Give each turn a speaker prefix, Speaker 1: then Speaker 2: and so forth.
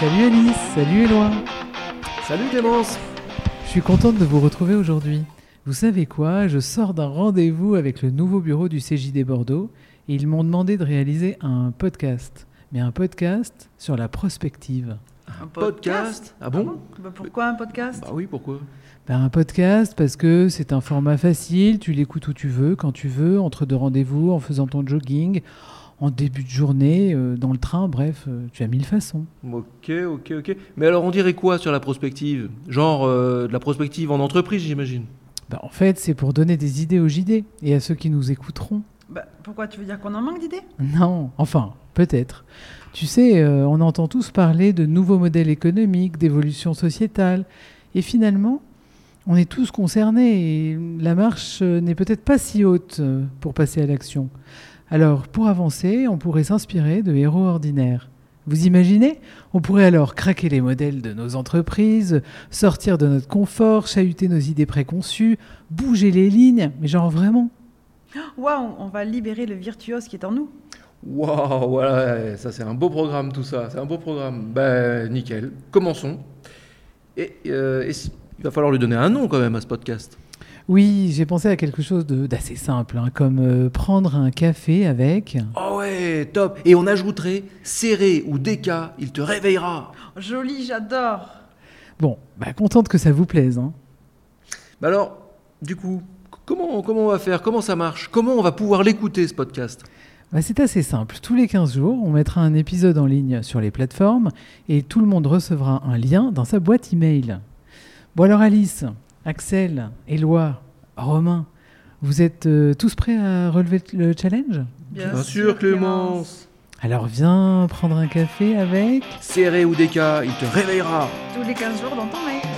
Speaker 1: Salut Alice, salut Éloi.
Speaker 2: Salut Clémence
Speaker 1: Je suis contente de vous retrouver aujourd'hui. Vous savez quoi Je sors d'un rendez-vous avec le nouveau bureau du CJD Bordeaux et ils m'ont demandé de réaliser un podcast. Mais un podcast sur la prospective.
Speaker 3: Un
Speaker 2: Ah bon
Speaker 3: Bah, Pourquoi un podcast
Speaker 2: Bah oui, pourquoi
Speaker 1: Ben, un podcast parce que c'est un format facile, tu l'écoutes où tu veux, quand tu veux, entre deux rendez-vous, en faisant ton jogging, en début de journée, euh, dans le train, bref, euh, tu as mille façons.
Speaker 2: Ok, ok, ok. Mais alors on dirait quoi sur la prospective Genre euh, de la prospective en entreprise, j'imagine
Speaker 1: Ben, en fait, c'est pour donner des idées aux JD et à ceux qui nous écouteront.
Speaker 3: Bah, Pourquoi tu veux dire qu'on en manque d'idées
Speaker 1: Non, enfin, peut-être. Tu sais, euh, on entend tous parler de nouveaux modèles économiques, d'évolution sociétale, et finalement, on est tous concernés, et la marche euh, n'est peut-être pas si haute euh, pour passer à l'action. Alors, pour avancer, on pourrait s'inspirer de héros ordinaires. Vous imaginez On pourrait alors craquer les modèles de nos entreprises, sortir de notre confort, chahuter nos idées préconçues, bouger les lignes, mais genre vraiment.
Speaker 3: Waouh, on va libérer le virtuose qui est en nous.
Speaker 2: Waouh, voilà, ça c'est un beau programme tout ça, c'est un beau programme. Bah nickel, commençons. Et, euh, et si- il va falloir lui donner un nom quand même à ce podcast.
Speaker 1: Oui, j'ai pensé à quelque chose de- d'assez simple, hein, comme euh, prendre un café avec.
Speaker 2: Oh ouais, top Et on ajouterait serré ou déca, il te réveillera
Speaker 3: Joli, j'adore.
Speaker 1: Bon, bah, contente que ça vous plaise. hein.
Speaker 2: Bah alors, du coup, c- comment, comment on va faire Comment ça marche Comment on va pouvoir l'écouter ce podcast
Speaker 1: Bah, c'est assez simple. Tous les 15 jours, on mettra un épisode en ligne sur les plateformes et tout le monde recevra un lien dans sa boîte email. Bon alors Alice, Axel, Éloi, Romain, vous êtes euh, tous prêts à relever le challenge
Speaker 2: Bien sûr, Clémence.
Speaker 1: Alors viens prendre un café avec...
Speaker 2: Serré ou déca, il te réveillera
Speaker 3: Tous les 15 jours dans ton mail.